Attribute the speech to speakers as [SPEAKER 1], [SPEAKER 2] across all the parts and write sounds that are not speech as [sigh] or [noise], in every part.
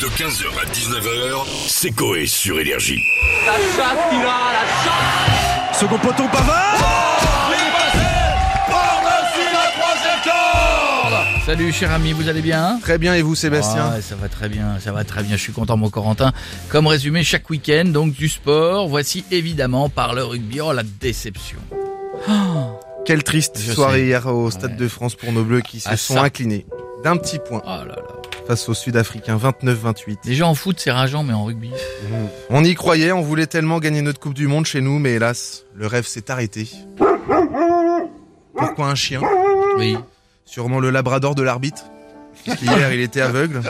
[SPEAKER 1] De 15h à 19h, c'est Coé sur Énergie.
[SPEAKER 2] La chatte qui va, la chatte
[SPEAKER 3] Second poteau Pavard
[SPEAKER 4] Salut cher ami, vous allez bien
[SPEAKER 3] Très bien et vous Sébastien
[SPEAKER 4] Ah, Ça va très bien, ça va très bien, je suis content mon Corentin. Comme résumé chaque week-end, donc du sport, voici évidemment par le rugby, oh la déception.
[SPEAKER 3] Quelle triste
[SPEAKER 4] Je
[SPEAKER 3] soirée
[SPEAKER 4] sais.
[SPEAKER 3] hier au Stade
[SPEAKER 4] Ouais.
[SPEAKER 3] de France pour nos Bleus qui se
[SPEAKER 4] Ah,
[SPEAKER 3] sont
[SPEAKER 4] ça.
[SPEAKER 3] inclinés d'un petit point
[SPEAKER 4] Oh là là.
[SPEAKER 3] face aux Sud-Africains 29-28.
[SPEAKER 4] Déjà en foot c'est rageant mais en rugby...
[SPEAKER 3] On y croyait, on voulait tellement gagner notre Coupe du Monde chez nous, mais hélas, le rêve s'est arrêté. Pourquoi un chien
[SPEAKER 4] Oui.
[SPEAKER 3] Sûrement le labrador de l'arbitre. Hier, il était aveugle.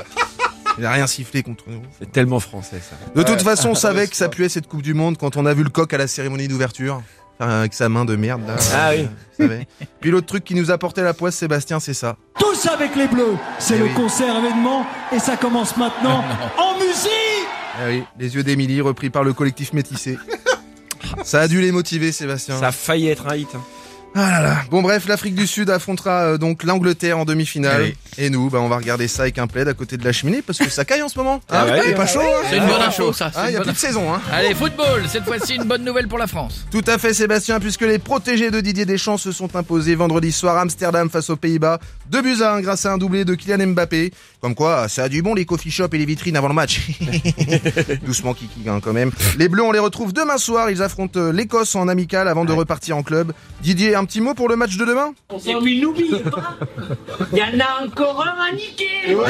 [SPEAKER 3] Il n'a rien sifflé contre nous.
[SPEAKER 5] C'est tellement français ça.
[SPEAKER 3] De toute façon, on savait que ça puait cette Coupe du Monde quand on a vu le coq à la cérémonie d'ouverture. Enfin, Avec sa main de merde, là.
[SPEAKER 5] Ah oui.
[SPEAKER 3] vous savez. Puis l'autre truc qui nous apportait la poisse, Sébastien, c'est ça.
[SPEAKER 6] Tous avec les bleus. C'est
[SPEAKER 3] Eh
[SPEAKER 6] le
[SPEAKER 3] oui.
[SPEAKER 6] concert événement et ça
[SPEAKER 5] [laughs]
[SPEAKER 6] commence maintenant en musique.
[SPEAKER 3] Ah oui, les yeux d'Émilie, repris par le collectif métissé. Ça a dû les motiver, Sébastien.
[SPEAKER 5] Ça a failli être un hit. hein.
[SPEAKER 3] Ah là là. Bon bref, l'Afrique du Sud affrontera euh, donc l'Angleterre en demi-finale.
[SPEAKER 4] Allez.
[SPEAKER 3] Et nous, bah, on va regarder ça avec un plaid à côté de la cheminée parce que ça caille en ce moment.
[SPEAKER 5] Ah
[SPEAKER 3] Hein,
[SPEAKER 5] ouais.
[SPEAKER 3] c'est pas chaud. hein.
[SPEAKER 4] C'est une bonne
[SPEAKER 3] Pas
[SPEAKER 4] info,
[SPEAKER 3] chaud.
[SPEAKER 4] ça, c'est
[SPEAKER 3] Ah,
[SPEAKER 4] une
[SPEAKER 3] Il y a
[SPEAKER 4] bonne
[SPEAKER 3] plus de saison. Hein.
[SPEAKER 4] Allez football, cette fois-ci une bonne nouvelle pour la
[SPEAKER 3] [laughs]
[SPEAKER 4] France.
[SPEAKER 3] Tout à fait, Sébastien, puisque les protégés de Didier Deschamps se sont imposés vendredi soir à Amsterdam face aux Pays-Bas. Deux buts à un grâce à un doublé de Kylian Mbappé. Comme quoi, ça a du bon les coffee shops et les vitrines avant le match.
[SPEAKER 4] [laughs]
[SPEAKER 3] Doucement, Kiki, hein, quand même. Les Bleus, on les retrouve demain soir. Ils affrontent euh, l'Écosse en amical avant de repartir en club. Didier, un petit mot pour le match de demain
[SPEAKER 7] Et puis n'oubliez pas, il y en a encore un à niquer
[SPEAKER 3] Eh oui,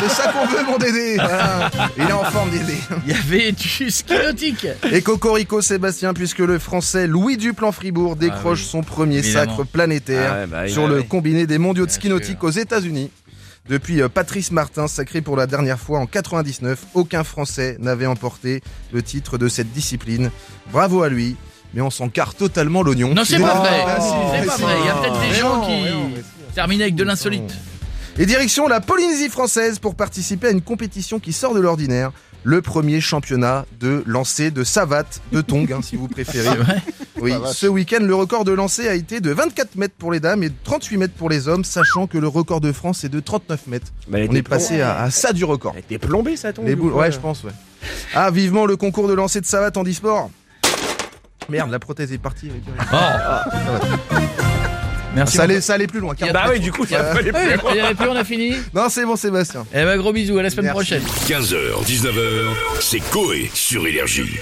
[SPEAKER 3] c'est ça qu'on veut, mon Dédé.
[SPEAKER 4] [laughs]
[SPEAKER 3] Voilà. Il est en forme, Dédé.
[SPEAKER 4] Il y avait du ski nautique.
[SPEAKER 3] Et Cocorico, Sébastien, puisque le Français Louis Duplan Fribourg décroche son premier
[SPEAKER 4] Ah Évidemment.
[SPEAKER 3] sacre planétaire
[SPEAKER 5] Ah ouais, bah, il
[SPEAKER 3] sur
[SPEAKER 5] a-
[SPEAKER 3] le
[SPEAKER 5] ouais.
[SPEAKER 3] combiné des mondiaux de ski
[SPEAKER 4] sûr.
[SPEAKER 3] nautique aux États-Unis. Depuis euh, Patrice Martin, sacré pour la dernière fois en 99, aucun Français n'avait emporté le titre de cette discipline. Bravo à lui, mais on s'en carre totalement l'oignon.
[SPEAKER 4] Non c'est
[SPEAKER 3] Ah,
[SPEAKER 4] pas vrai.
[SPEAKER 3] bah si,
[SPEAKER 4] C'est
[SPEAKER 3] mais
[SPEAKER 4] pas
[SPEAKER 3] si.
[SPEAKER 4] vrai, il y a peut-être des
[SPEAKER 3] Mais
[SPEAKER 4] gens
[SPEAKER 3] non, mais non, mais Oh.
[SPEAKER 4] qui terminent avec de l'insolite.
[SPEAKER 3] et direction la Polynésie française pour participer à une compétition qui sort de l'ordinaire, le premier championnat de lancer de savate, de tongue hein, si vous préférez.
[SPEAKER 4] vrai
[SPEAKER 3] Oui, ce week-end, le record de lancer a été de 24 mètres pour les dames et de 38 mètres pour les hommes, sachant que le record de France est de 39 mètres.
[SPEAKER 5] Bah, elle
[SPEAKER 3] On
[SPEAKER 5] était
[SPEAKER 3] est passé
[SPEAKER 5] plombée.
[SPEAKER 3] à, à ça du record.
[SPEAKER 5] Elle était plombée ça tombe.
[SPEAKER 3] Les boules, ouais, je pense, ouais. Ah, vivement le concours de lancer de savate en e-sport. Merde, la prothèse est partie.
[SPEAKER 5] Ah,
[SPEAKER 4] Oh.
[SPEAKER 3] Ah,
[SPEAKER 4] Merci.
[SPEAKER 3] Ça
[SPEAKER 4] mon-
[SPEAKER 3] allait, ça allait plus loin. car-
[SPEAKER 5] Bah oui, du coup, ça fallait
[SPEAKER 4] Ouais,
[SPEAKER 5] plus.
[SPEAKER 4] Il y avait plus, on a fini.
[SPEAKER 3] Non, c'est bon, Sébastien.
[SPEAKER 4] Eh ben gros bisous, à la semaine
[SPEAKER 3] Merci.
[SPEAKER 4] prochaine.
[SPEAKER 1] 15h, 19h, c'est Coé sur Énergie.